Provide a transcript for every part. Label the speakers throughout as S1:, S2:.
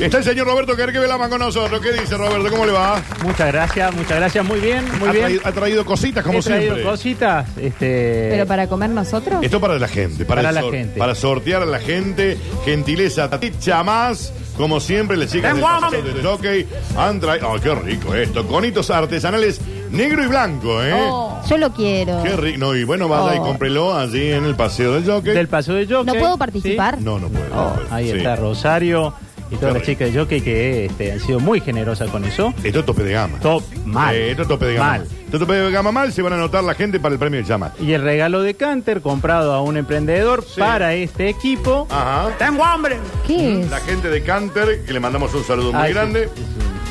S1: Está el señor Roberto Carque Velama con nosotros. ¿Qué dice Roberto? ¿Cómo le va?
S2: Muchas gracias, muchas gracias. Muy bien, muy
S1: ha,
S2: bien.
S1: Traído, ha traído cositas, como
S2: He traído
S1: siempre.
S2: cositas. Este,
S3: ¿Pero para comer nosotros?
S1: Esto para la gente, para,
S2: Para
S1: el
S2: la
S1: sor-
S2: gente.
S1: para sortear a la gente, gentileza, ticha más, como siempre les chicas del paseo del jockey han traído, oh, qué rico esto, conitos artesanales negro y blanco, ¿eh?
S3: Oh, yo lo quiero.
S1: Qué rico, no, y bueno, vaya y
S3: Oh.
S1: cómprelo allí en el paseo del jockey.
S2: Del paso de Jockey.
S3: ¿No puedo
S2: ¿sí?
S3: participar?
S1: No, no puede. no
S2: Oh,
S1: puede,
S2: ahí
S1: sí.
S2: está Rosario y todas las
S1: Qué
S2: chicas de Jockey que este, han sido muy generosas con eso.
S1: Esto es tope de gama.
S2: Top mal.
S1: Eh, esto es tope de gama.
S2: Mal.
S1: Esto es tope de gama mal, se van a anotar la gente para el premio de llama.
S2: Y el regalo de Canter comprado a un emprendedor
S1: Sí. Ah.
S2: para este equipo.
S1: Ajá.
S4: Tengo hambre.
S3: ¿Qué es?
S1: Mm, La gente de Canter, que le mandamos un saludo muy
S2: Ah, sí,
S1: grande,
S2: sí,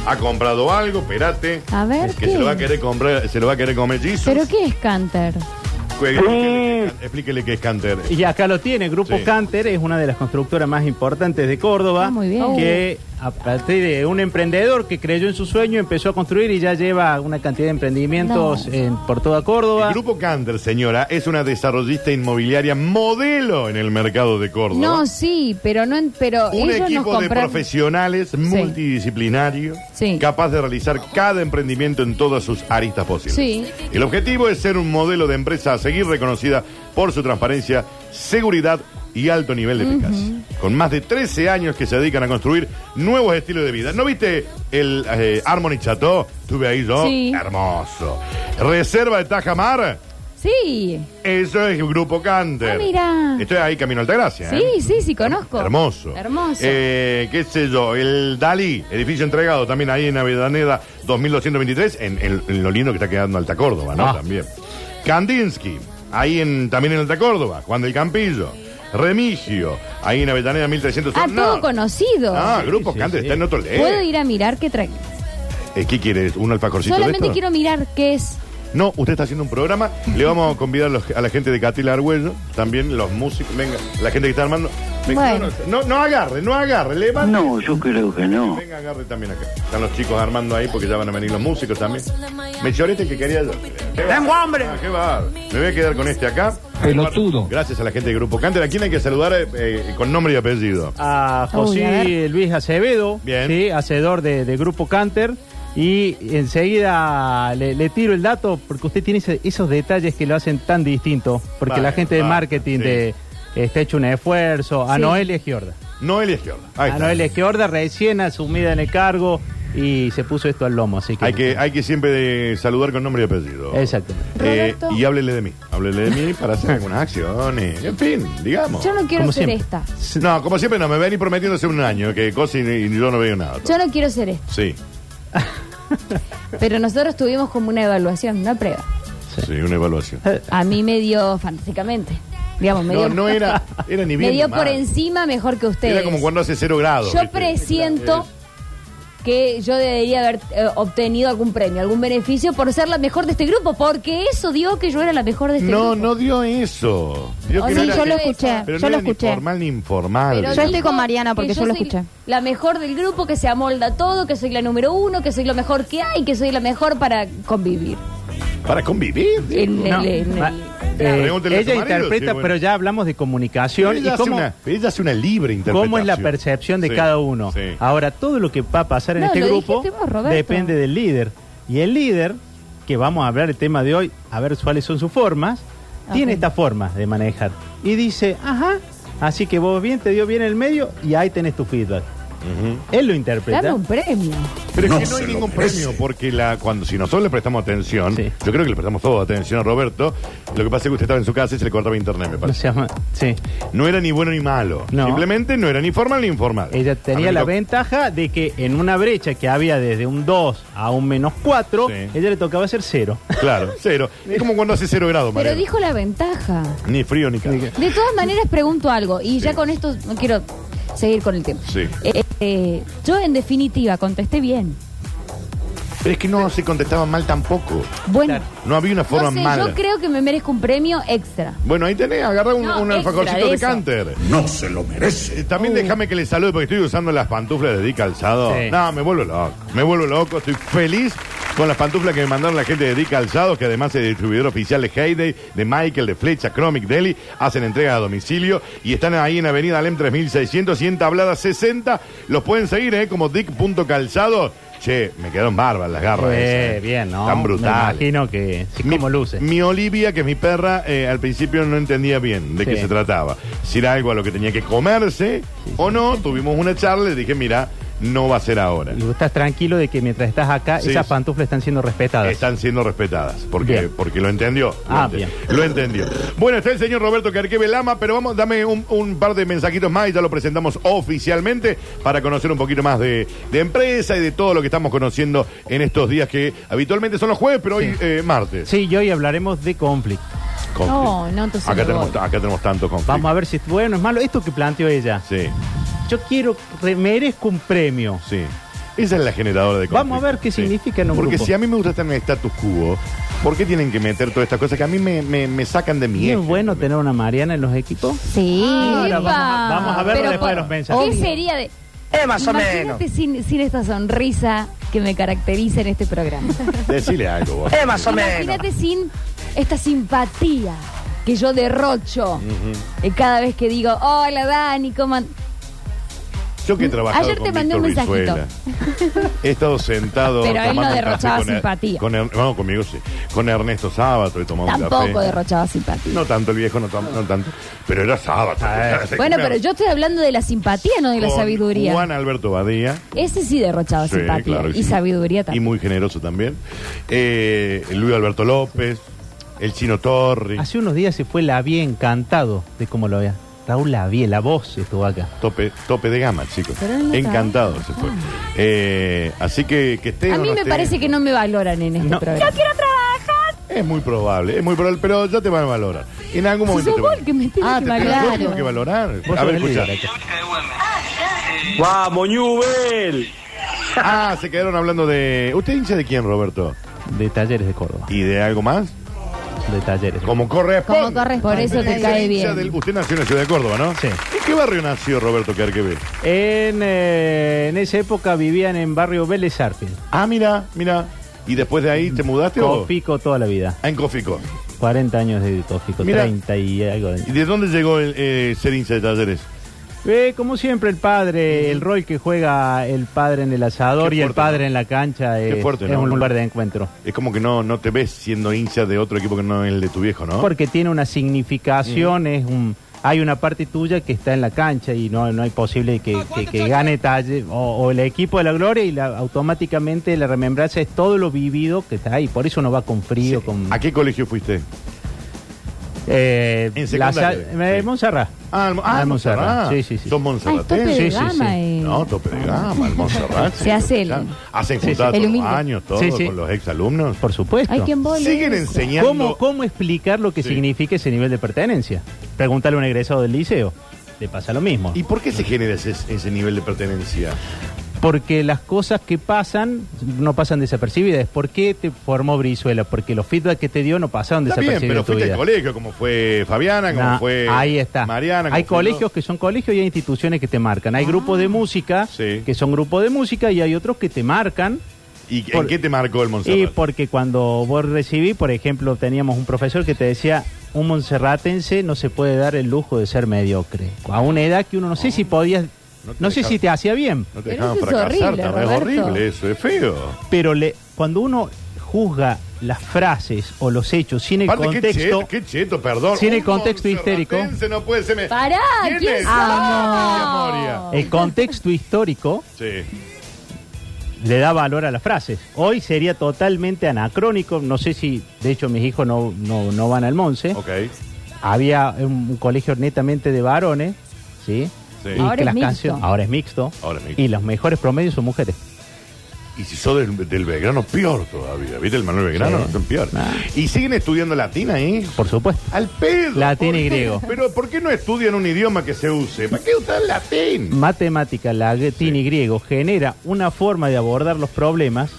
S1: ha comprado algo, espérate.
S3: A ver,
S1: Que
S3: ¿qué?
S1: se lo va a querer comprar, se lo va a querer comer Jesus.
S3: ¿Pero qué es Canter?
S1: Cu- Explíquele, explíquele qué es Canter.
S2: Y acá lo tiene, Grupo
S1: Sí.
S2: Canter es una de las constructoras más importantes de Córdoba,
S3: Ah, muy bien.
S2: que a partir de un emprendedor que creyó en su sueño empezó a construir y ya lleva una cantidad de emprendimientos
S3: No.
S2: en- por toda Córdoba.
S1: El grupo Canter, señora, es una desarrollista inmobiliaria modelo en el mercado de Córdoba.
S3: No, sí, pero no en- pero
S1: un
S3: ellos nos
S1: equipo de
S3: compraron-
S1: profesionales multidisciplinario,
S3: Sí.
S1: capaz de realizar cada emprendimiento en todas sus aristas posibles.
S3: Sí.
S1: El objetivo es ser un modelo de empresa a seguir reconocida por su transparencia, seguridad y alto nivel de eficacia. Con más de 13 años que se dedican a construir nuevos estilos de vida. ¿No viste el eh, Harmony Chateau? Estuve ahí yo.
S3: Sí.
S1: Hermoso. Reserva de Tajamar.
S3: Sí,
S1: Eso es Grupo Canter.
S3: Ah, mira.
S1: Estoy ahí camino a Altagracia. ¿eh?
S3: sí, sí, sí, conozco.
S1: Hermoso.
S3: Hermoso.
S1: Eh, ¿Qué sé yo? El Dalí, edificio entregado también ahí en Avellaneda 2223, en, en- en lo lindo que está quedando Alta Córdoba, ¿no?
S2: Ah.
S1: También. Kandinsky, ahí en, también en Alta Córdoba, Juan del Campillo. Remigio, ahí en Avellaneda 1300.
S3: ah, todo
S1: No.
S3: conocido.
S1: Ah, eh. Grupo
S2: Sí, sí,
S1: Canter
S2: sí.
S1: está en otro
S3: ¿Puedo
S1: ley. Eh,
S3: ir a mirar qué trae?
S1: ¿Qué quieres? ¿Un alfajorcito de
S3: Solamente
S1: esto?
S3: quiero mirar qué es.
S1: No, usted está haciendo un programa. Le vamos a convidar a, los- a la gente de Catila Argüello, también los músicos. Venga, la gente que está armando. Venga,
S3: Bueno.
S1: no, no, no, no agarre, no agarre, levante.
S5: No, yo creo que no.
S1: Venga, agarre también acá. Están los chicos armando ahí porque ya van a venir los músicos también. Me chorete que quería yo. ¿Qué va?
S4: Tengo hambre.
S1: Ah, qué va. Me voy a quedar con este acá.
S6: Pelotudo.
S1: Gracias a la gente de Grupo Canter. ¿A quién hay que saludar eh, eh, con nombre y apellido?
S2: a
S3: Uy, a
S2: José
S3: ver.
S2: Luis Acevedo,
S1: Bien.
S2: ¿sí? hacedor de, de Grupo Canter. Y enseguida le, le tiro el dato porque usted tiene ese- esos detalles que lo hacen tan distinto. Porque
S1: Vale,
S2: la gente de
S1: vale,
S2: marketing
S1: sí.
S2: de, está hecho un esfuerzo. A
S3: Sí.
S2: Noelia Giorda.
S1: Noelia Esquiorda. Ahí
S2: A
S1: está.
S2: Ah, Noelia Giorda, recién asumida en el cargo y se puso esto al lomo. Así que.
S1: Hay que, hay que siempre de saludar con nombre y apellido.
S2: Exacto.
S1: Eh,
S3: Roberto.
S1: y háblele de mí. Háblele de mí para hacer algunas acciones. En fin, digamos.
S3: Yo no quiero
S2: Como
S3: ser
S2: siempre.
S3: esta.
S1: No, como siempre, no. Me venís prometiendo hace un año que cosas y, y yo no veo nada.
S3: Yo no quiero ser esta.
S1: Sí,
S3: Pero nosotros tuvimos como una evaluación, una prueba.
S1: sí, una evaluación.
S3: A mí me dio fantásticamente. Digamos, me
S1: No,
S3: dio.
S1: no era, era ni bien.
S3: me dio
S1: ni
S3: por
S1: mal.
S3: encima mejor que ustedes.
S1: Era como cuando hace cero grados.
S3: Yo
S1: ¿viste?
S3: presiento que yo debería haber eh, obtenido algún premio, algún beneficio por ser la mejor de este grupo, porque eso dio que yo era la mejor de este
S1: No,
S3: grupo.
S1: no dio eso. Dio
S3: O
S1: que
S3: sí,
S1: no era-
S3: yo lo escuché,
S1: Pero
S7: yo
S1: no era
S7: lo escuché.
S1: Ni formal ni informal.
S3: Pero
S7: Yo
S3: dijo
S7: estoy con Mariana porque
S3: que
S7: yo lo
S3: soy
S7: escuché.
S3: La mejor del grupo, que se amolda todo, que soy la número uno, que soy lo mejor que hay, que soy la mejor para convivir.
S1: Para convivir.
S3: En
S2: No,
S3: el- en el-
S2: va- eh,
S1: Ah, Pregúntele a
S2: ella
S1: su marido,
S2: interpreta,
S1: sí, bueno.
S2: pero ya hablamos de comunicación.
S1: Ella,
S2: y
S1: hace
S2: cómo,
S1: una, ella hace una libre interpretación.
S2: cómo es la percepción de
S1: Sí,
S2: cada uno. Ah.
S1: sí.
S2: Ahora, todo lo que va a pasar en
S3: No,
S2: este
S3: lo
S2: grupo
S3: dijiste vos, Roberto.
S2: depende del líder. Y el líder, que vamos a hablar el tema de hoy, a ver cuáles son sus formas, tiene
S3: Ajá.
S2: esta forma de manejar. Y dice, ajá, así que vos bien, te dio bien el medio y ahí tenés tu feedback. Él lo interpreta.
S3: Dame un premio.
S1: Pero es que no hay ningún premio, porque la, cuando si nosotros le prestamos atención,
S2: Sí.
S1: yo creo que le prestamos toda atención a Roberto, lo que pasa es que usted estaba en su casa y se le cortaba internet, me
S2: No
S1: parece.
S2: se llama- sí.
S1: No era ni bueno ni malo.
S2: No.
S1: Simplemente no era ni formal ni informal.
S2: Ella
S1: A
S2: tenía
S1: mí
S2: la
S1: lo-
S2: ventaja de que en una brecha que había desde un 2 a un menos 4,
S1: Sí.
S2: ella le tocaba hacer 0.
S1: Claro, cero. Es como cuando hace cero grado,
S3: Pero
S1: Mariana.
S3: dijo la ventaja.
S1: Ni frío ni calor.
S3: De todas maneras, pregunto algo,
S1: Sí.
S3: y ya con esto no quiero seguir con el tema.
S1: Sí.
S3: Eh, eh, yo, en definitiva, contesté bien.
S1: Pero es que no se contestaba mal tampoco.
S3: Bueno,
S2: Claro.
S1: No había una forma
S3: no sé,
S1: mala.
S3: yo creo que me merezco un premio extra.
S1: Bueno, ahí tenés, agarra un,
S3: No,
S1: un
S3: extra
S1: alfajorcito
S3: de
S1: de
S3: eso. Uh.
S1: Canter.
S6: No se lo merece.
S1: Eh, También déjame que le salude porque estoy usando las pantuflas de Di Calzado.
S2: Sí.
S1: No, me vuelvo loco. Me vuelvo loco, estoy feliz Con las pantuflas que me mandaron la gente de Dick Calzados, que además es distribuidor oficial de Heyday, de Michael, de Flecha, Chromic Deli, hacen entregas a domicilio y están ahí en Avenida Alem 3600 y en Tablada 60. Los pueden seguir, ¿eh? Como Dick.calzados. Che, me quedaron bárbaras las garras.
S2: Eh,
S1: esas.
S2: bien, ¿no?
S1: Tan
S2: Me
S1: brutales.
S2: imagino que sí, como luce.
S1: Mi Olivia, que es mi perra, eh, al principio no entendía bien de
S2: Sí.
S1: qué se trataba. Si era algo a lo que tenía que comerse o no, tuvimos una charla y le dije, mira, no va a ser ahora.
S2: Y vos estás tranquilo de que mientras estás acá,
S1: Sí,
S2: esas
S1: sí.
S2: pantuflas están siendo respetadas.
S1: Están siendo respetadas, porque,
S2: Bien.
S1: porque lo entendió. Lo
S2: Ah,
S1: ente-
S2: bien.
S1: Lo entendió. Bueno, está el señor Roberto Carqueve Lama, pero vamos, dame un, un par de mensajitos más y ya lo presentamos oficialmente para conocer un poquito más de, de empresa y de todo lo que estamos conociendo en estos días que habitualmente son los jueves, pero hoy eh, martes.
S2: Sí, y hoy hablaremos de conflicto.
S1: Conflicto.
S3: No, no, entonces
S1: acá,
S3: me
S1: tenemos,
S3: voy.
S1: acá tenemos tanto conflicto.
S2: Vamos a ver si es bueno o es malo. Esto que planteó ella.
S1: Sí,
S2: Yo quiero, re- merezco un premio.
S1: sí. Esa es la generadora de conflicto.
S2: Vamos a ver qué significa en un
S1: Porque
S2: grupo.
S1: si a mí me gusta estar en el status quo, ¿por qué tienen que meter todas estas cosas que a mí me, me- me sacan de mi
S2: ¿No
S1: eje?
S2: es bueno tener una Mariana en los equipos?
S4: Sí.
S2: Ahora vamos a-
S3: Epa.
S2: vamos a verlo
S3: Pero
S2: después de
S3: por-
S2: los mensajes.
S3: ¿Qué sería de.?
S5: Eh, más o
S3: Imagínate
S5: menos.
S3: Sin, sin esta sonrisa que me caracteriza en este programa.
S1: Decile algo vos.
S5: Eh, más o menos.
S3: Imagínate sin esta simpatía que yo derrocho eh, cada vez que digo, hola Dani, ¿cómo an-?"
S1: Yo que he trabajado
S3: Ayer
S1: con
S3: te mandé un
S1: Víctor
S3: mensajito.
S1: Brizuela, He estado sentado
S3: Pero él no
S1: tomando un
S3: derrochaba
S1: café con-
S3: simpatía.
S1: Con, Ern- no, conmigo sí. Con Ernesto Sábato he tomado un café.
S3: Tampoco derrochaba simpatía.
S1: No tanto el viejo, no, tam- no tanto. Pero era Sábato.
S3: Ah, Bueno, pero yo estoy hablando de la simpatía, no de la
S1: Con
S3: sabiduría.
S1: Juan Alberto Badía.
S3: Ese sí derrochaba
S1: Sí,
S3: simpatía
S1: claro que
S3: y
S1: sí.
S3: sabiduría
S1: Y
S3: también.
S1: muy generoso también. Eh, Luis Alberto López, el Chino Torri,
S3: Ah,
S2: Hace unos días se fue la había encantado de cómo lo había. Raúl Lavie, la voz estuvo acá.
S1: tope, tope de gama, chicos.
S3: Pero él no
S1: Encantado se fue. Eh, así que que esté
S3: A
S1: o
S3: mí
S1: no
S3: me
S1: esté,
S3: parece que no me valoran en este
S2: No.
S3: programa.
S1: Es muy probable, es muy probable, pero ya te van a valorar. En algún
S3: Si
S1: momento.
S3: sos
S1: te van-
S3: vos el que me tiene
S1: ah,
S3: que
S1: te tengo-
S3: valorar.
S1: yo tengo que valorar.
S2: Vos
S1: A ver,
S2: sos el
S1: escucha.
S2: líder acá.
S7: ¡Vamos, Newell!
S1: Ah, se quedaron hablando de. ¿Usted hincha de quién, Roberto?
S2: De talleres de Córdoba.
S1: ¿Y de algo más?
S2: De talleres.
S1: Como corresponde.
S4: Como corresponde.
S3: Por eso
S1: Usted
S3: te
S1: es
S3: cae
S1: hincha
S3: bien.
S1: del- usted nació en la ciudad de Córdoba, ¿no?
S2: Sí.
S1: ¿En qué barrio nació Roberto Carqueve?
S2: En, eh, en esa época vivían en barrio Vélez Arfield.
S1: Ah, mira, mira. ¿Y después de ahí te mudaste o.?
S2: Copico toda la vida.
S1: Ah, en Cofico.
S2: 40 años de Copico,
S1: Mira.
S2: 30 y algo de
S1: ¿Y de dónde llegó el, eh, ser hincha de talleres?
S2: Eh, como siempre, el padre, el rol que juega el padre en el asador
S1: Qué
S2: y el
S1: fuerte,
S2: padre
S1: ¿no?
S2: en la cancha
S1: Qué
S2: es,
S1: fuerte,
S2: es
S1: ¿no?
S2: un lugar de encuentro.
S1: Es como que no, no te ves siendo hincha de otro equipo que no es el de tu viejo, ¿no?
S2: Porque tiene una
S1: Mm.
S2: significación, es un, hay una parte tuya que está en la cancha y no, no hay posible que, que- que gane talle o, o el equipo de la gloria y la- automáticamente la remembranza es todo lo vivido que está ahí. Por eso no va con frío, con...
S1: ¿A qué colegio fuiste?
S2: eh,
S1: En
S2: la sal-
S1: secundaria,
S2: eh,
S1: sí.
S2: Montserrat.
S1: Ah, el,
S2: Ah,
S1: ah,
S2: el
S1: Montserrat.
S2: Montserrat. Sí, sí, sí.
S1: Son
S3: Ah, es tope
S1: Montserrat.
S3: de
S2: Sí, sí,
S3: gama.
S2: sí.
S3: eh.
S1: No, tope de gama, el Montserrat.
S3: Se hace el-
S1: Hacen juntadas
S4: El
S1: todos los
S4: humilde.
S1: años, todos
S2: Sí, sí.
S1: con los exalumnos.
S2: Por supuesto.
S3: Hay quien vole.
S1: Siguen
S3: eso.
S1: enseñando.
S2: ¿Cómo, ¿Cómo explicar lo que
S1: Sí.
S2: significa ese nivel de pertenencia? Pregúntale a un egresado del liceo. Le pasa lo mismo.
S1: ¿Y por qué se genera ese, ese nivel de pertenencia?
S2: Porque las cosas que pasan no pasan desapercibidas. ¿Por qué te formó Brizuela? Porque los feedback que te dio no pasaron
S1: Está bien,
S2: desapercibidos
S1: pero
S2: en tu
S1: fuiste
S2: vida.
S1: al colegio, como fue Fabiana, como
S2: Nah,
S1: fue
S2: ahí está.
S1: Mariana. como
S2: hay
S1: fui
S2: colegios
S1: yo. Ah.
S2: que son colegios y hay instituciones que te marcan. Hay grupos de música
S1: Sí.
S2: que son grupos de música y hay otros que te marcan.
S1: ¿Y en
S2: por-
S1: qué te marcó el
S2: Y
S1: Montserrat?
S2: porque cuando vos recibí, por ejemplo, teníamos un profesor que te decía, un monserratense no se puede dar el lujo de ser mediocre. A una edad que uno no sé si podías,
S1: No
S2: no,
S1: te
S2: sé
S1: dejaba.
S2: si te hacía bien,
S1: No te
S3: Pero
S1: dejaban
S3: eso es
S1: fracasar,
S3: horrible,
S1: también es
S3: Roberto.
S1: horrible eso, es feo.
S2: pero le, cuando uno juzga las frases o los hechos sin el
S1: Aparte, qué
S2: contexto,
S1: cheto, qué cheto, perdón.
S2: Sin el
S1: Un
S2: contexto histérico.
S1: montserratense No puede ser me-
S3: Pará,
S1: ¿Quién
S3: ¿quién
S1: es?
S3: sos?
S1: Ah, María Moria.
S2: el contexto histórico
S1: Sí.
S2: le da valor a las frases. Hoy sería totalmente anacrónico, no sé si, de hecho mis hijos no, no, no van al Monse.
S1: Ok.
S2: había un, un colegio netamente de varones, ¿sí?
S1: Sí.
S2: Y
S3: Ahora
S2: que
S3: es
S2: las
S3: mixto.
S2: canciones- ahora es mixto.
S1: Ahora es mixto.
S2: Y los mejores promedios son mujeres.
S1: Y si sos del, del Belgrano, peor todavía. ¿Viste el Manuel Belgrano?
S2: Sí. Ah.
S1: Son peor.
S2: Nah.
S1: Y siguen estudiando latín ahí.
S2: Por supuesto.
S1: Al pedo.
S2: Latín
S1: ¿Por
S2: y
S1: qué?
S2: griego.
S1: Pero ¿por qué no estudian un idioma que se use? ¿Para qué usar latín?
S2: Matemática, latín y griego genera una forma de abordar los problemas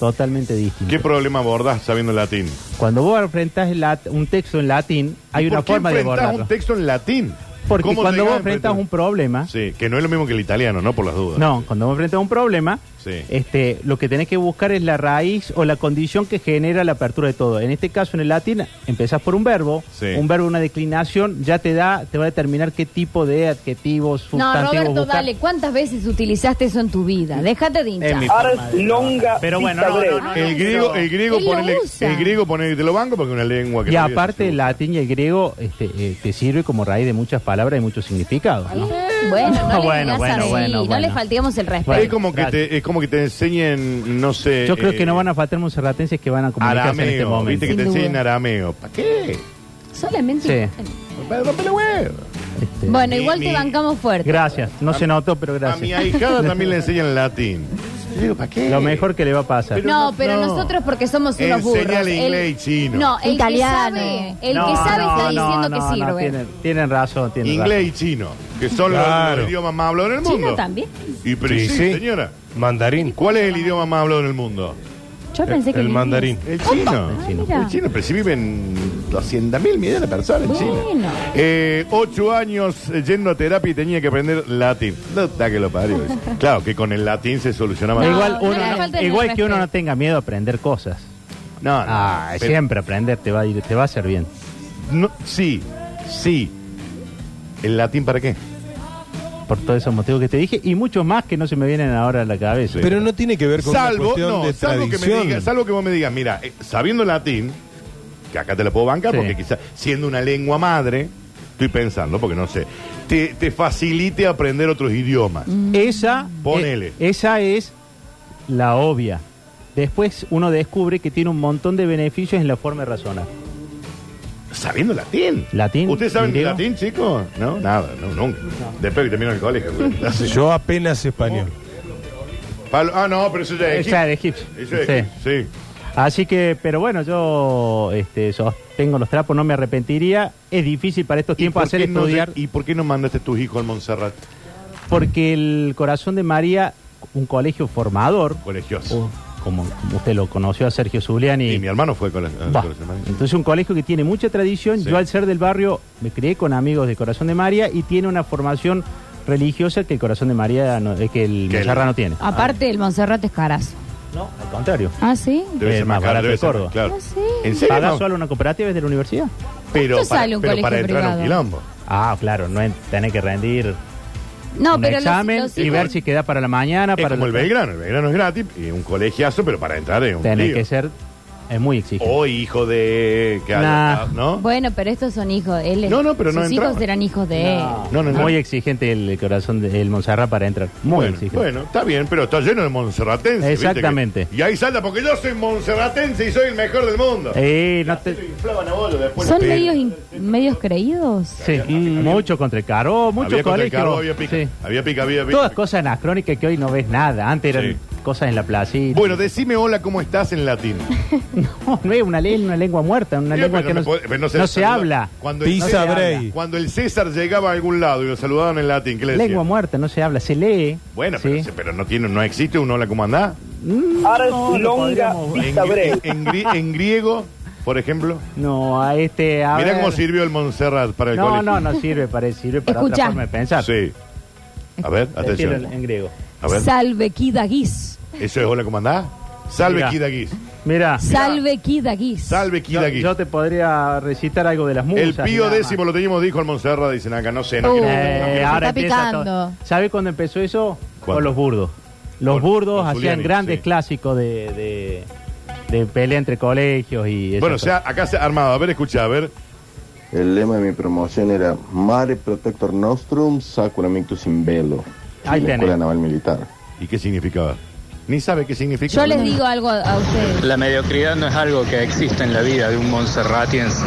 S2: totalmente distinta.
S1: ¿Qué problema abordás sabiendo latín?
S2: Cuando vos enfrentás el lat- un texto en latín, hay
S1: ¿Y
S2: una
S1: por qué
S2: forma de
S1: enfrentás
S2: abordarlo.
S1: un texto en latín?
S2: Porque
S1: ¿Cómo
S2: cuando
S1: llegás
S2: vos
S1: a
S2: enfrentas
S1: enfrentar?
S2: un problema,
S1: Sí, que no es lo mismo que el italiano, ¿no? Por las dudas.
S2: no, cuando vos enfrentas un problema,
S1: Sí.
S2: este, lo que tenés que buscar es la raíz o la condición que genera la apertura de todo. En este caso, en el latín, empezás por un verbo,
S1: Sí.
S2: un verbo, una declinación, ya te da, te va a determinar qué tipo de adjetivos,
S3: No,
S2: sustantivos
S3: Roberto,
S2: buscar.
S3: dale, ¿cuántas veces utilizaste eso en tu vida? Déjate de hinchar.
S2: mi-
S4: Ars longa
S2: Pero bueno, no,
S4: dicta
S2: no,
S4: brevis.
S2: no,
S1: El
S2: no,
S1: griego, el griego,
S3: Él lo
S1: ponele-
S3: usa.
S1: el griego ponele, te lo banco porque es una lengua que
S2: Y
S1: no olvides,
S2: aparte,
S1: se
S2: el
S1: usa.
S2: latín y el griego este, eh, te sirve como raíz de muchas palabras y muchos significados. ¿no?
S3: Bueno, no le
S2: Bueno,
S3: digas
S2: bueno,
S3: así,
S2: bueno,
S3: no le
S2: bueno.
S3: faltemos el respeto.
S2: Bueno,
S1: es, como que
S2: gracias.
S1: te, es como que te enseñen, no sé.
S2: Yo creo que
S1: eh,
S2: no van a faltar monserratenses que van a comunicarse
S1: Arameo,
S2: en este momento.
S1: viste que
S3: Sin
S1: te
S3: duda.
S1: enseñen arameo. ¿Para qué?
S3: Solamente.
S2: Sí.
S1: Para romperle huevo.
S2: Este,
S3: Bueno,
S1: Mi-
S3: igual te
S1: mi-
S3: bancamos fuerte.
S2: Gracias, no se notó, pero
S1: A mi
S2: gracias.
S1: ahijada también le enseñan latín. Yo digo, ¿para qué?
S2: Lo mejor que le va a pasar.
S1: Pero
S3: No,
S1: no-
S3: pero
S1: no.
S3: nosotros porque somos unos burros.
S1: Enseñale
S3: El-
S1: inglés y chino.
S3: No, el
S5: Italiano.
S3: que sabe, el
S2: No,
S3: que sabe
S2: no,
S3: está
S2: no,
S3: diciendo que
S2: no,
S3: sirve.
S2: tienen, tienen razón, tienen
S1: Inglés y chino, que son los- los,
S7: Claro.
S1: idiomas más hablados en el
S3: Chino
S1: mundo.
S3: también.
S1: Y pero
S7: Sí,
S1: sí,
S7: sí.
S1: señora.
S7: Mandarín.
S1: ¿Cuál es el idioma más hablado en el mundo?
S3: Yo
S7: El, el mandarín.
S1: El chino.
S3: Ah, mira.
S1: El chino, pero si viven 200 mil millones de personas en China.
S3: Bueno.
S1: Eh, ocho años eh, yendo a terapia y tenía que aprender latín. No, da que lo parió. Claro, que con el latín se solucionaba.
S2: razón.
S3: No,
S2: igual
S3: no
S2: uno
S3: le
S2: no-
S3: falten el
S2: igual que uno no
S3: respeto.
S2: tenga miedo a aprender cosas.
S1: No, no,
S2: Ah,
S1: pero-
S2: siempre aprender te va a ir- te va a hacer bien.
S1: no, sí, sí. ¿El latín para qué?
S2: Por todos esos motivos que te dije y muchos más que no se me vienen ahora a la cabeza.
S7: Pero no tiene que ver con una
S1: Salvo,
S7: cuestión
S1: no,
S7: de
S1: salvo, que me
S7: tradición.
S1: digas, salvo que vos me digas, mira, eh, sabiendo latín, que acá te la puedo bancar,
S2: Sí.
S1: porque quizás siendo una lengua madre, estoy pensando, porque no sé, te, te facilite aprender otros idiomas.
S2: Esa,
S1: Ponele.
S2: eh, esa es la obvia. Después uno descubre que tiene un montón de beneficios en la forma de razonar.
S1: Sabiendo latín.
S2: Latín,
S1: ¿Ustedes saben
S2: griego.
S1: latín, chicos? No, nada, no, nunca. Después que termino el colegio. pues. Así.
S7: Yo apenas español.
S1: Pablo- ah, no, pero eso ya es.
S2: Esa Eh, de
S1: egip-
S2: Egipcio.
S1: Eso es.
S2: Sí.
S1: egip- Sí.
S2: Así que, pero bueno, yo este, tengo los trapos, no me arrepentiría. Es difícil para estos tiempos
S1: por
S2: hacer
S1: qué no
S2: estudiar,
S1: te- ¿Y por qué no mandaste tus hijos al Montserrat?
S2: porque el corazón de María, un colegio formador,
S1: Colegioso.
S2: o como, como usted lo conoció a Sergio Zuliani,
S1: Y mi hermano fue con la- con
S2: bah,
S1: los hermanos.
S2: entonces un colegio que tiene mucha tradición.
S1: Ah, Sí.
S2: Yo al ser del barrio me crié con amigos de Corazón de María y tiene una formación religiosa que el Corazón de María, no, eh, que el
S1: Que el-
S2: Montserrat no tiene.
S3: Ah,
S1: Ah.
S5: Aparte, el Monserrat es carazo.
S2: No, al contrario.
S5: ¿Ah, sí?
S1: Debe
S2: Eh,
S1: ser más
S2: más
S1: caro,
S2: barato
S1: debe
S2: de
S1: ser
S2: Córdoba.
S1: más claro.
S5: Ah, sí.
S1: ¿En serio?
S2: ¿Paga
S1: No,
S2: solo una cooperativa desde la universidad?
S1: Pero,
S5: ¿Cuánto
S1: para,
S5: sale un
S1: pero
S5: colegio
S1: para entrar a un
S5: privado?
S1: quilombo.
S2: Ah, claro, no en- tener que rendir
S3: No,
S2: un
S3: pero los-
S2: examen
S3: los
S2: y
S3: hijos-
S2: ver si queda para la mañana,
S1: Es
S2: para
S1: como
S2: la-
S1: el Belgrano. El Belgrano es gratis y un colegiazo, pero para entrar es un
S2: Tenés
S1: lío.
S2: que ser es muy exigente.
S1: O hijo de... que haya
S2: Nah.
S1: estado, ¿No?
S3: Bueno, pero estos son hijos. Él es-
S1: No, no, pero no
S3: Sus
S1: entraba.
S3: hijos eran hijos de él.
S1: No, no, no.
S2: Muy exigente el corazón del Monserrat para entrar. Muy
S1: Bueno,
S2: exigente.
S1: bueno, está bien, pero está lleno de monserratenses. ¿viste?
S2: Exactamente.
S1: Que- y ahí salta porque yo soy monserratense y soy el mejor del mundo.
S2: Eh, no te-
S1: Lo inflaban a bolo después.
S3: ¿Son
S1: Pero-
S3: medios, in- medios creídos?
S2: sí, mucho contra el caro, mucho
S1: había contra el
S2: colegio.
S1: carro, había pica,
S2: Sí.
S1: había pica, había pica.
S2: Todas cosas anacrónicas que hoy no ves nada. Antes eran
S1: Sí.
S2: cosas en la placita. Oh,
S1: Bueno, decime hola, ¿cómo estás en latín?
S2: no, no es una, le- una lengua muerta, una
S1: Sí,
S2: lengua
S1: pero
S2: que
S1: me
S2: no,
S1: puede- pero
S2: no se,
S1: saluda.
S2: habla.
S1: Cuando el,
S2: No se
S7: Pisa
S2: habla.
S7: Brey.
S1: cuando el César llegaba a algún lado y lo saludaban en latín, ¿qué le decían?
S2: Lengua muerta, no se habla, se lee.
S1: Bueno,
S2: Sí.
S1: pero, se- pero no tiene, no existe un hola, ¿cómo andás?
S4: Ars
S2: No, no
S4: longa
S2: podríamos-
S1: En,
S4: dicta brevis.
S1: grie- en grie- en griego, por ejemplo.
S2: No, a este. a
S1: Mirá
S2: ver.
S1: cómo sirvió el Montserrat para el
S2: No,
S1: colegio.
S2: no, no sirve para, sirve para
S3: Escuchá.
S2: otra forma de pensar.
S1: Sí. A ver,
S2: Decirlo
S1: atención.
S2: en, en griego.
S1: A ver.
S3: Salve Kidagis.
S1: Eso es hola, ¿cómo andás? Salve
S2: Mirá.
S1: Kidaguis.
S2: Mira,
S3: Salve Kidagis.
S1: Salve
S2: yo,
S1: Kidaguis.
S2: yo te podría recitar algo de las musas.
S1: El
S2: y
S1: pío
S2: nada más.
S1: décimo lo teníamos, dijo el Monserrat, dicen acá, no sé, no
S5: Uh.
S1: quiero- no
S2: Eh,
S1: quiero-
S2: ahora
S5: Está
S2: empieza
S5: picando.
S2: todo. ¿Sabe cuándo empezó eso?
S1: ¿Cuándo?
S2: Con los burdos. Los
S1: Con-
S2: burdos
S1: con Zuliani,
S2: hacían grandes
S1: sí.
S2: clásicos de, de, de pelea entre colegios y esas
S1: Bueno, o
S2: cosas.
S1: sea, acá se ha armado, a ver, escucha, a ver.
S8: El lema de mi promoción era Mare Protector Nostrum, Sacura Mictus in Velo.
S2: Ahí
S8: de la
S2: tenés.
S8: Escuela Naval Militar.
S1: ¿Y qué significaba? Ni sabe qué significa.
S3: Yo les digo algo a a ustedes.
S9: La mediocridad no es algo que exista en la vida de un monserratiense.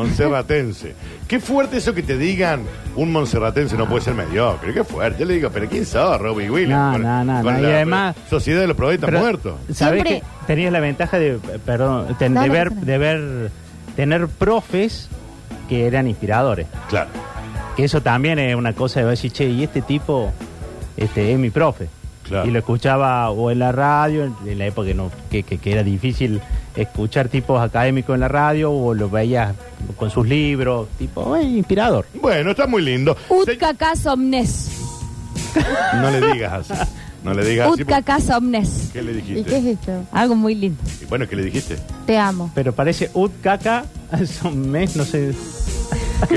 S1: Monserratense. Qué fuerte eso que te digan un monserratense no puede ser mediocre. Qué fuerte. Yo le digo, pero ¿quién sos, Robbie Williams?
S2: No, no, no, no. Y además-
S1: Sociedad de los Proetas
S2: Pero,
S1: Muertos.
S2: ¿Sabés
S5: Siempre-
S2: que tenías la ventaja de, eh, perdón, ten- de,
S5: Dale,
S2: ver,
S5: Rosana.
S2: de ver, tener profes que eran inspiradores?
S1: Claro.
S2: Que eso también es una cosa de decir, che, y este tipo este, es mi profe.
S1: Claro.
S2: Y lo escuchaba o en la radio, en, en la época que, no, que, que- que era difícil escuchar tipos académicos en la radio o los veías con sus libros, tipo, eh, inspirador.
S1: Bueno, está muy lindo. Se-
S3: Utca casa omnes.
S1: No le digas así. No le digas así.
S3: Utca
S1: porque-
S3: casa omnes.
S1: ¿Qué le
S5: ¿Y qué es
S1: dijiste?
S5: esto?
S3: Algo muy lindo.
S1: Y Bueno, ¿qué le dijiste?
S5: Te amo.
S2: Pero parece ut caca, son mes, no sé.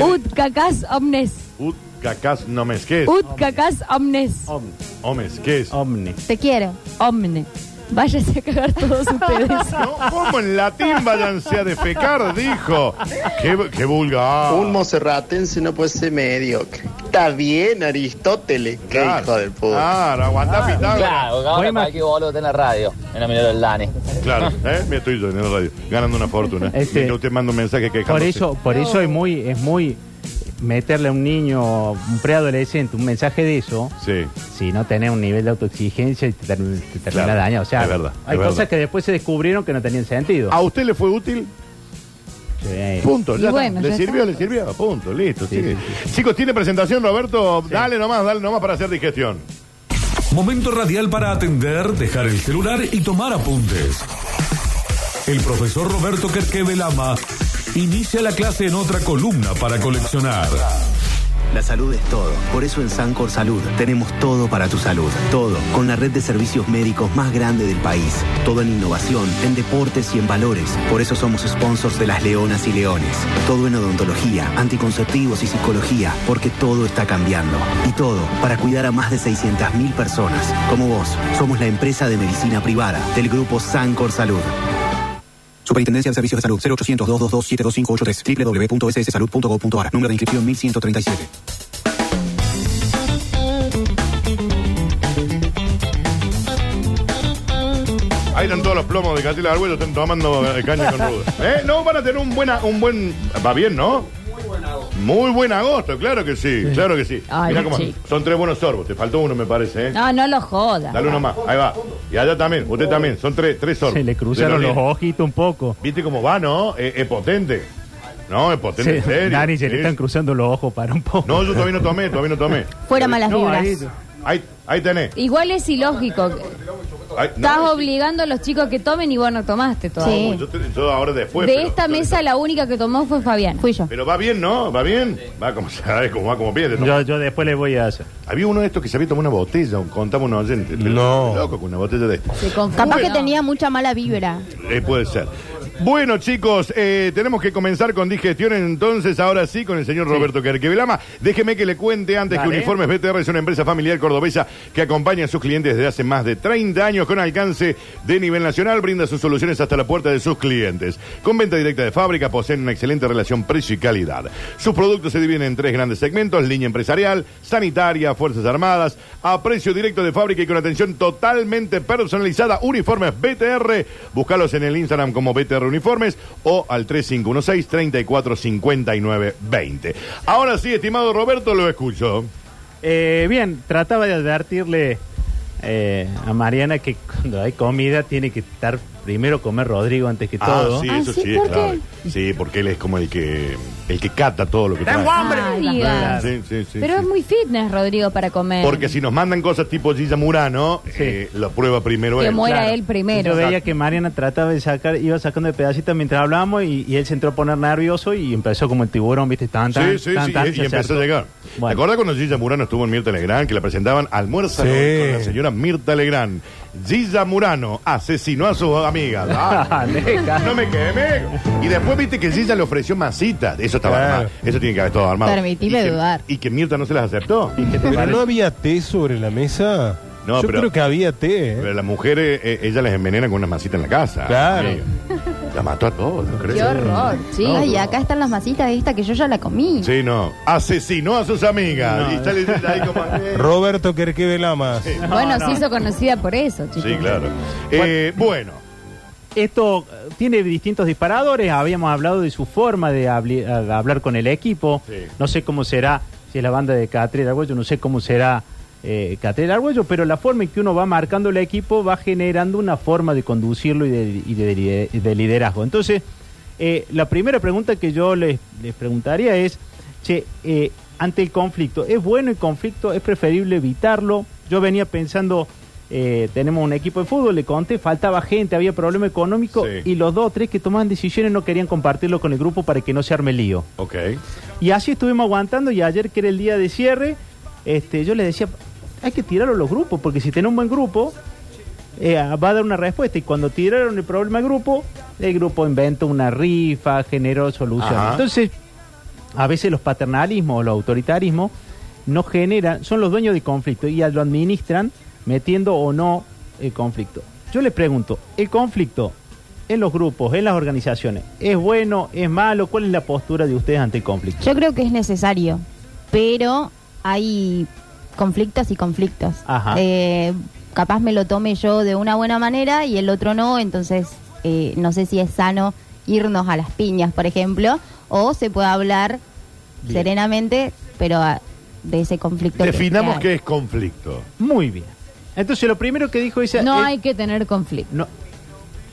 S3: Utca casa omnes.
S1: Ut cacas no mes, ¿qué es?
S3: Utca casa omnes.
S2: Omne.
S1: Omes, ¿qué es?
S2: Omne.
S5: Te quiero.
S3: Omne. Váyase a cagar todos ustedes.
S1: No, ¿Cómo en latín váyanse a defecar? Dijo. Qué, qué vulgar.
S10: Un monserratense no puede ser mediocre. Está bien, Aristóteles. Qué
S1: Claro. Ah,
S10: hijo del puto.
S1: Claro, aguantá Pitágoras.
S2: Voy
S9: ahora
S2: más-
S9: cualquier boludo está en la radio, en la menor del Dani.
S1: Claro, ¿eh? me estoy yo en la radio, ganando una fortuna.
S2: Este-
S1: Mientras usted manda un mensaje que
S2: Por eso, por eso es muy, es muy meterle a un niño, un preadolescente, un mensaje de eso,
S1: Sí.
S2: si no tenés un nivel de autoexigencia y te, ter- te termina
S1: Claro,
S2: dañando. O sea,
S1: es verdad,
S2: hay
S1: es
S2: cosas
S1: verdad.
S2: que después se descubrieron que no tenían sentido.
S1: ¿A usted le fue útil?
S2: Sí.
S1: Punto. Ya
S5: Y bueno,
S1: está. ¿Le
S5: ya
S1: sirvió? ¿Le sirvió? Punto, listo. sigue. Chicos, ¿tiene presentación, Roberto? Dale nomás, dale nomás para hacer digestión.
S11: Momento radial para atender, dejar el celular y tomar apuntes. El profesor Roberto Kerkevelama inicia la clase en otra columna para coleccionar.
S6: La salud es todo. Por eso en Sancor Salud tenemos todo para tu salud. Todo. Con la red de servicios médicos más grande del país. Todo en innovación, en deportes y en valores. Por eso somos sponsors de las Leonas y Leones. Todo en odontología, anticonceptivos y psicología. Porque todo está cambiando. Y todo para cuidar a más de 600.000 personas. Como vos, somos la empresa de medicina privada del grupo Sancor Salud. Superintendencia de Servicios de Salud 0800 222 7258 www.sssalud.gov.ar Número de inscripción 1137.
S1: Ahí están todos los plomos de Catila Arguello, están tomando eh, caña con ruda. ¿Eh? No, van a tener un, buena, un buen... Va bien, ¿no? Muy buen agosto, claro que sí, claro que sí.
S3: Ay,
S1: Mirá cómo-
S3: chico.
S1: son tres buenos sorbos, te faltó uno me parece, ¿eh?
S3: No, no lo jodas.
S1: Dale uno más, ahí va. Y allá también, usted también, son tres, tres sorbos.
S2: Se le cruzaron
S1: De
S2: los
S1: bien.
S2: ojitos un poco.
S1: ¿Viste cómo va, no? Eh, Es, es potente. No, es potente,
S2: Sí,
S1: en serio.
S2: Dani, se le
S1: Sí.
S2: están cruzando los ojos para un poco.
S1: No, yo todavía no tomé, todavía no tomé.
S5: Fuera malas
S2: No,
S5: vibras.
S2: ahí-
S1: Ahí, ahí tenés.
S3: Igual es ilógico.
S1: Ahí- no,
S3: Estás
S1: sí.
S3: obligando a los chicos que tomen y vos no tomaste todavía.
S1: Yo, te- yo ahora después.
S3: de
S1: pero-
S3: esta
S1: pero-
S3: mesa la única que tomó fue Fabián.
S5: Fui yo.
S1: Pero va bien, ¿no? ¿Va bien? Va como sabes, como va como pierde.
S2: Yo, yo después le voy a hacer.
S1: Había uno de estos que se había tomado una botella, un- contaba un oyente. Pero
S7: No.
S1: estoy Loco, con una botella de esto.
S5: Capaz que
S1: No.
S5: tenía mucha mala vibra.
S1: Eh, puede ser. Bueno, chicos, eh, tenemos que comenzar con digestión entonces, ahora sí, con el señor Roberto Carquevelama. Déjeme que le cuente antes que
S2: Dale.
S1: Uniformes BTR es una empresa familiar cordobesa que acompaña a sus clientes desde hace más de 30 años con alcance de nivel nacional, brinda sus soluciones hasta la puerta de sus clientes. Con venta directa de fábrica, poseen una excelente relación precio y calidad. Sus productos se dividen en tres grandes segmentos, línea empresarial, sanitaria, Fuerzas Armadas, a precio directo de fábrica y con atención totalmente personalizada. Uniformes BTR, búscalos en el Instagram como BTR Uniformes o al 3516-345920. Ahora sí, estimado Roberto, lo escucho.
S2: Eh, bien, trataba de advertirle eh, a Mariana que cuando hay comida tiene que estar primero comer Rodrigo antes que todo.
S1: sí,
S5: Ah,
S1: eso
S5: ¿sí?
S1: sí, es
S5: ¿Por qué?
S1: claro. Sí, porque él es como el que el que cata todo lo que trae.
S3: Ay, digas.
S1: Sí, sí, sí,
S3: Pero
S1: sí.
S3: es muy fitness, Rodrigo, para comer.
S1: Porque si nos mandan cosas tipo Gilla Murano, eh, la prueba primero
S3: Que
S1: él.
S3: muera él primero.
S2: Yo veía
S1: Exacto.
S2: que Mariana trataba de sacar, iba sacando de pedacitos mientras hablábamos y, y él se entró a poner nervioso y empezó como el tiburón, viste, tan, tan,
S1: Sí, sí,
S2: tan,
S1: sí,
S2: tan,
S1: y,
S2: se
S1: y empezó
S2: acercó.
S1: a llegar. ¿Te
S2: Bueno.
S1: acordás cuando Gilla Murano estuvo en Mirta Legrand, que la presentaban almuerzo
S7: Sí.
S1: con la señora Mirta Legrand? Gilla Murano asesinó a sus amigas. Ah,
S2: Aleja.
S1: no me quemé. Y después viste que Gilla le ofreció masitas. Eso estaba
S7: Claro.
S1: armado. Eso tiene que haber todo armado.
S5: Permitime
S1: Y que-
S5: dudar.
S1: Y que Mirta no se las aceptó.
S7: Pero no había té sobre la mesa.
S1: No,
S7: Yo
S1: pero-
S7: creo que había té. ¿eh?
S1: Pero las mujeres, eh, ellas les envenenan con una masita en la casa.
S7: Claro.
S1: Amigo. La mató a todos, ¿no crees?
S3: Qué horror, sí.
S1: No,
S5: Ay,
S1: no.
S5: acá están las masitas esta que yo ya la comí.
S1: Sí, no. Asesinó a sus amigas. Y está Gilla ahí como... eh.
S7: Roberto Kerkevelama.
S3: bueno, se hizo conocida por eso, chicos.
S1: Sí, claro. Eh, bueno.
S2: Esto eh, tiene distintos disparadores. Habíamos hablado de su forma de, habli- a- de hablar con el equipo.
S1: Sí.
S2: No sé cómo será, si es la banda de Catriel Argüello, no sé cómo será eh, Catriel Argüello, pero la forma en que uno va marcando el equipo va generando una forma de conducirlo y de, y de lider- de liderazgo. Entonces, eh, la primera pregunta que yo les, les preguntaría es, che, eh, ante el conflicto, ¿es bueno el conflicto? ¿Es preferible evitarlo? Yo venía pensando eh, tenemos un equipo de fútbol, le conté, faltaba gente, había problema económico y los dos o tres que tomaban decisiones no querían compartirlo con el grupo para que no se arme lío.
S1: Ok.
S2: Y así estuvimos aguantando y ayer que era el día de cierre, este, yo les decía, hay que tirarlo a los grupos, porque si tenés un buen grupo, eh, va a dar una respuesta. Y cuando tiraron el problema al grupo, el grupo inventó una rifa, generó soluciones.
S12: Ajá.
S2: Entonces, a veces los paternalismos o los autoritarismos no generan, son los dueños del conflicto y lo administran metiendo o no el conflicto. Yo les pregunto, ¿el conflicto en los grupos, en las organizaciones, es bueno, es malo? ¿Cuál es la postura de ustedes ante el conflicto?
S5: Yo creo que es necesario, pero hay conflictos y conflictos.
S2: Ajá.
S5: Eh, capaz me lo tome yo de una buena manera y el otro no, entonces eh, no sé si es sano irnos a las piñas, por ejemplo, o se puede hablar
S1: Bien.
S5: serenamente, pero ah, de ese conflicto. que-
S1: Definamos
S5: que
S1: qué es conflicto.
S2: Muy bien. Entonces, lo primero que dijo ella.
S5: No
S1: eh,
S2: es-
S5: hay
S3: que tener conflicto.
S2: No.
S5: hay.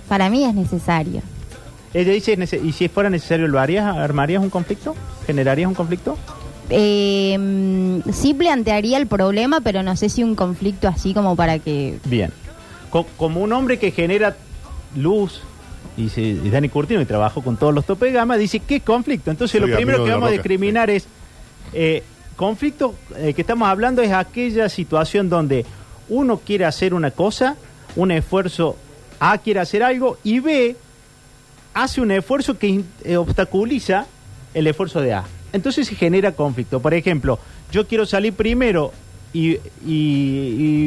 S5: Para mí es necesario.
S2: Ella dice, nece- ¿y si fuera necesario, lo harías? ¿Armarías un conflicto? ¿Generarías un conflicto?
S5: Eh, mm, sí plantearía el problema, pero no sé si un conflicto así como para que...
S2: Bien. Co- como un hombre que genera luz, dice y Dani Curtino, y trabajó con todos los tope de gama, dice, ¿qué conflicto? Entonces,
S1: Soy
S2: lo primero
S1: amigo
S2: que
S1: de La
S2: vamos a
S1: Roca.
S2: discriminar es, eh, conflicto eh, que estamos hablando es aquella situación donde uno quiere hacer una cosa, un esfuerzo, A quiere hacer algo, y B hace un esfuerzo que in- eh, obstaculiza el esfuerzo de A. Entonces se genera conflicto. Por ejemplo, yo quiero salir primero y, y-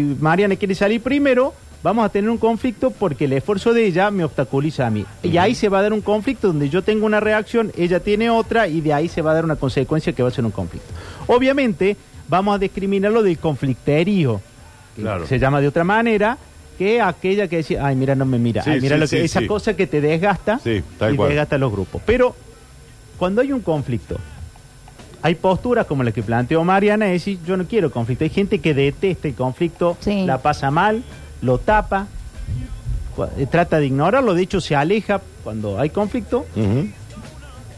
S2: y Mariana quiere salir primero, vamos a tener un conflicto porque el esfuerzo de ella me obstaculiza a mí. Y ahí se va a dar un conflicto donde yo tengo una reacción, ella tiene otra y de ahí se va a dar una consecuencia que va a ser un conflicto. Obviamente vamos a discriminarlo del conflicterío. que
S1: Claro.
S2: Se llama de otra manera que aquella que dice, ay, mira, no me mira.
S1: Sí,
S2: ay, mira
S1: sí,
S2: lo que
S1: sí,
S2: esa
S1: sí.
S2: cosa que te desgasta
S1: Sí, tal
S2: y
S1: cual.
S2: desgasta los grupos. Pero cuando hay un conflicto, hay posturas como la que planteó Mariana, es decir, yo no quiero conflicto. Hay gente que detesta el conflicto, la pasa mal, lo tapa, cu- eh, trata de ignorarlo, de hecho se aleja cuando hay conflicto.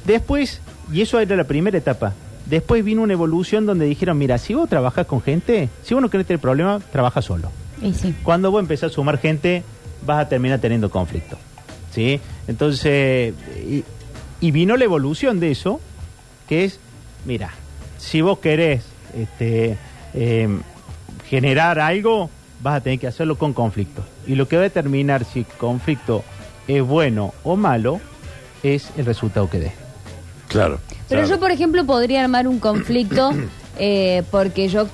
S2: Después, y eso era la primera etapa, después vino una evolución donde dijeron, mira, si vos trabajas con gente, si vos no querés tener problema, trabaja solo.
S5: Y sí.
S2: Cuando vos empezás a sumar gente, vas a terminar teniendo conflicto. ¿Sí? Entonces, y, y vino la evolución de eso, que es, mira, si vos querés este, eh, generar algo, vas a tener que hacerlo con conflicto. Y lo que va a determinar si el conflicto es bueno o malo es el resultado que dé.
S1: Claro.
S3: Pero yo, por ejemplo, podría armar un conflicto eh, porque yo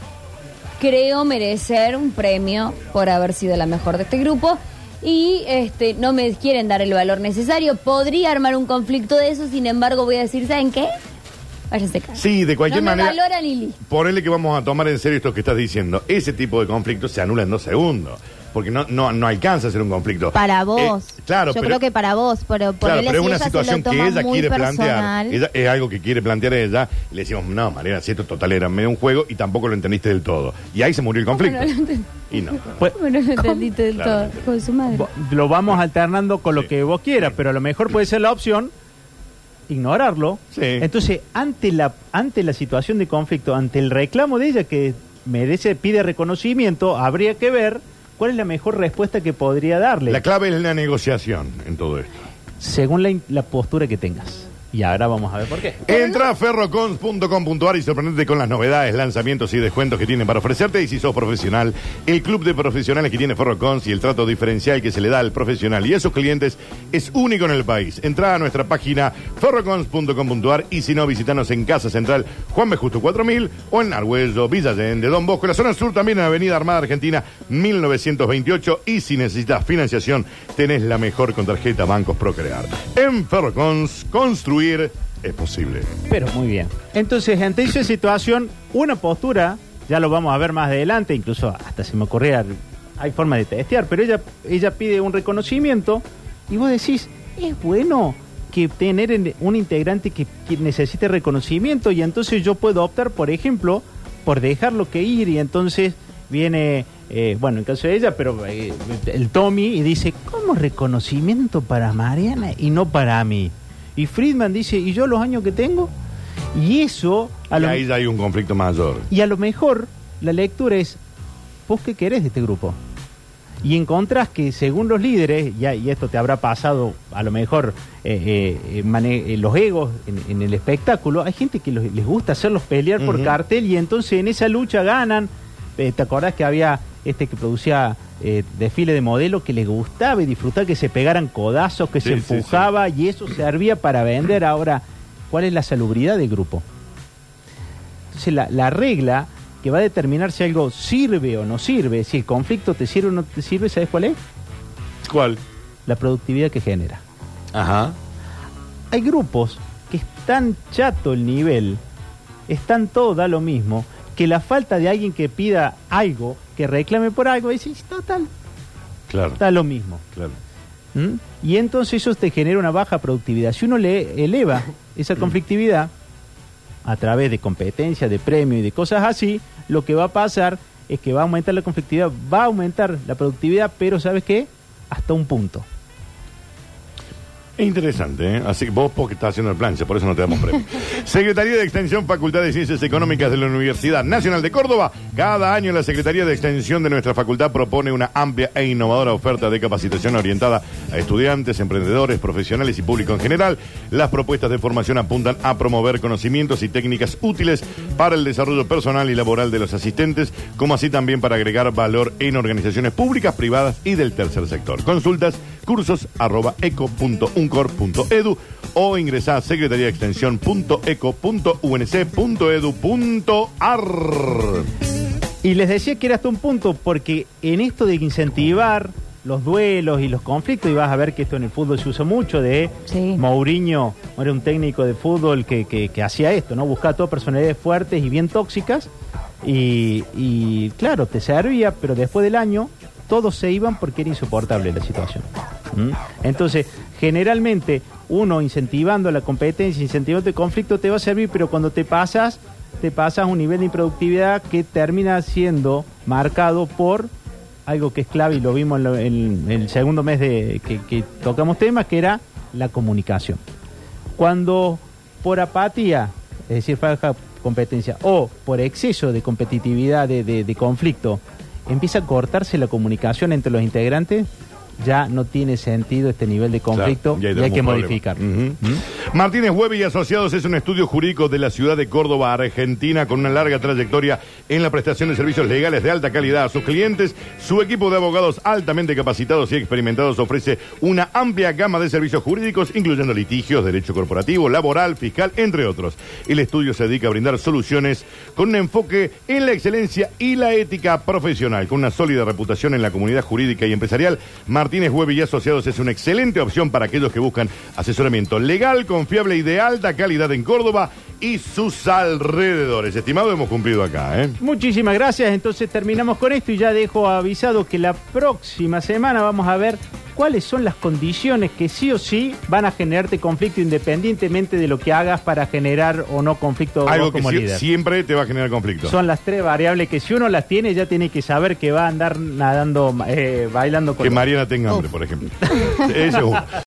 S3: creo merecer un premio por haber sido la mejor de este grupo y este no me quieren dar el valor necesario. Podría armar un conflicto de eso, sin embargo, voy a decir, ¿saben qué? Váyanse acá.
S1: Sí, de cualquier
S3: no
S1: manera.
S3: me valoran y listo.
S1: Ponele que vamos a tomar en serio esto que estás diciendo. Ese tipo de conflictos se anula en dos segundos. Porque no, no, no alcanza a ser un conflicto.
S5: Para vos.
S1: Eh, claro,
S5: Yo
S1: pero-
S5: creo que para vos, pero por
S1: Claro, pero es una situación que ella quiere plantear. Ella- es algo que quiere plantear ella. Y le decimos, no, Mariana, si esto total era medio un juego y tampoco lo entendiste del todo. Y ahí se murió el conflicto.
S3: Bueno, lo entendí.
S1: Y no.
S3: Bueno, lo entendiste del todo.
S1: Claramente.
S3: Con su madre.
S2: Lo vamos alternando con lo que vos quieras, pero a lo mejor puede ser la opción ignorarlo. Entonces, ante la, ante la situación de conflicto, ante el reclamo de ella que merece, pide reconocimiento, habría que ver cuál es la mejor respuesta que podría darle.
S1: La clave es la negociación en todo esto.
S2: Según la, in- la postura que tengas. Y ahora vamos a ver por qué.
S1: Entra a ferrocons.com.ar y sorprendete con las novedades, lanzamientos y descuentos que tienen para ofrecerte. Y si sos profesional, el club de profesionales que tiene Ferrocons y el trato diferencial que se le da al profesional y a sus clientes es único en el país. Entra a nuestra página ferrocons.com.ar y si no, visitanos en Casa Central Juan B. Justo 4000 o en Arguello, Villa Allende, Don Bosco, la zona sur también en Avenida Armada Argentina 1928. Y si necesitas financiación, tenés la mejor con tarjeta Bancos Procrear. En Ferrocons, construir es posible.
S2: Pero muy bien. Entonces, ante esa situación, una postura, ya lo vamos a ver más adelante, incluso hasta se me ocurría, hay forma de testear, pero ella, ella pide un reconocimiento y vos decís, es bueno que tener en- un integrante que, que necesite reconocimiento y entonces yo puedo optar, por ejemplo, por dejarlo que ir y entonces viene, eh, bueno, en caso de ella, pero eh, el Tommy y dice, ¿cómo reconocimiento para Mariana y no para mí? Y Friedman dice, ¿y yo los años que tengo? Y eso, a
S1: y
S2: lo,
S1: ahí ya hay un conflicto mayor.
S2: y a lo mejor la lectura es, ¿vos qué querés de este grupo? y encontrás que según los líderes, y, a- y esto te habrá pasado a lo mejor eh, eh, eh, mane- eh, los egos en, en el espectáculo, hay gente que los- les gusta hacerlos pelear por
S12: Ujú.
S2: cartel y entonces en esa lucha ganan. Eh, ¿Te acordás que había este que producía eh, desfile de modelo que les gustaba y disfrutar que se pegaran codazos, que
S12: Sí,
S2: se
S12: sí, sí.
S2: empujaba y eso servía para vender? Ahora, ¿cuál es la salubridad del grupo? Entonces la, la regla que va a determinar si algo sirve o no sirve, si el conflicto te sirve o no te sirve, ¿sabes cuál es?
S1: ¿Cuál?
S2: La productividad que genera.
S1: Ajá.
S2: Hay grupos que es tan chato el nivel, es tan todo da lo mismo, que la falta de alguien que pida algo, que reclame por algo, dices, total,
S1: Claro.
S2: da lo mismo.
S1: Claro.
S2: ¿Mm? Y entonces eso te genera una baja productividad. Si uno le eleva esa conflictividad a través de competencia, de premio y de cosas así, lo que va a pasar es que va a aumentar la conflictividad, va a aumentar la productividad, pero ¿sabes qué? Hasta un punto.
S1: Es interesante, ¿eh? Así que vos porque estás haciendo el plancha, por eso no te damos premio. Secretaría de Extensión, Facultad de Ciencias Económicas de la Universidad Nacional de Córdoba. Cada año la Secretaría de Extensión de nuestra facultad propone una amplia e innovadora oferta de capacitación orientada a estudiantes, emprendedores, profesionales y público en general. Las propuestas de formación apuntan a promover conocimientos y técnicas útiles para el desarrollo personal y laboral de los asistentes, como así también para agregar valor en organizaciones públicas, privadas y del tercer sector. Consultas cursos arroba eco.uncor.edu o ingresá a secretariaextensión.eco.unc.edu.ar
S2: Y les decía que era hasta un punto, porque en esto de incentivar los duelos y los conflictos, y vas a ver que esto en el fútbol se usa mucho, de Mourinho era un técnico de fútbol que, que- que hacía esto, ¿no? Buscaba todas personalidades fuertes y bien tóxicas, y, y claro, te servía, pero después del año todos se iban porque era insoportable la situación. ¿Mm? Entonces, generalmente uno incentivando la competencia, incentivando el conflicto te va a servir, pero cuando te pasas, te pasas a un nivel de improductividad que termina siendo marcado por algo que es clave y lo vimos en, lo- en- en el segundo mes de que, que tocamos temas, que era la comunicación. Cuando por apatía, es decir, falta competencia, o por exceso de competitividad, de, de- de conflicto, empieza a cortarse la comunicación entre los integrantes, ya no tiene sentido este nivel de conflicto
S1: Claro, ya
S2: y
S1: ahí
S2: hay,
S1: tenemos
S2: que
S1: un problema.
S2: modificar. ¿Mm?
S1: Martínez Hueve y Asociados es un estudio jurídico de la ciudad de Córdoba, Argentina, con una larga trayectoria en la prestación de servicios legales de alta calidad a sus clientes. Su equipo de abogados altamente capacitados y experimentados ofrece una amplia gama de servicios jurídicos, incluyendo litigios, derecho corporativo, laboral, fiscal, entre otros. El estudio se dedica a brindar soluciones con un enfoque en la excelencia y la ética profesional. Con una sólida reputación en la comunidad jurídica y empresarial, Martínez Web y Asociados es una excelente opción para aquellos que buscan asesoramiento legal, confiable y de alta calidad en Córdoba y sus alrededores. Estimado, hemos cumplido acá, ¿eh?
S2: Muchísimas gracias. Entonces terminamos con esto y ya dejo avisado que la próxima semana vamos a ver cuáles son las condiciones que sí o sí van a generarte conflicto independientemente de lo que hagas para generar o no conflicto vos
S1: Algo que
S2: como
S1: sie-
S2: líder.
S1: siempre te va a generar conflicto.
S2: Son las tres variables que si uno las tiene ya tiene que saber que va a andar nadando, eh, bailando con
S1: Que Mariana tenga hambre, por ejemplo. Ese es uno.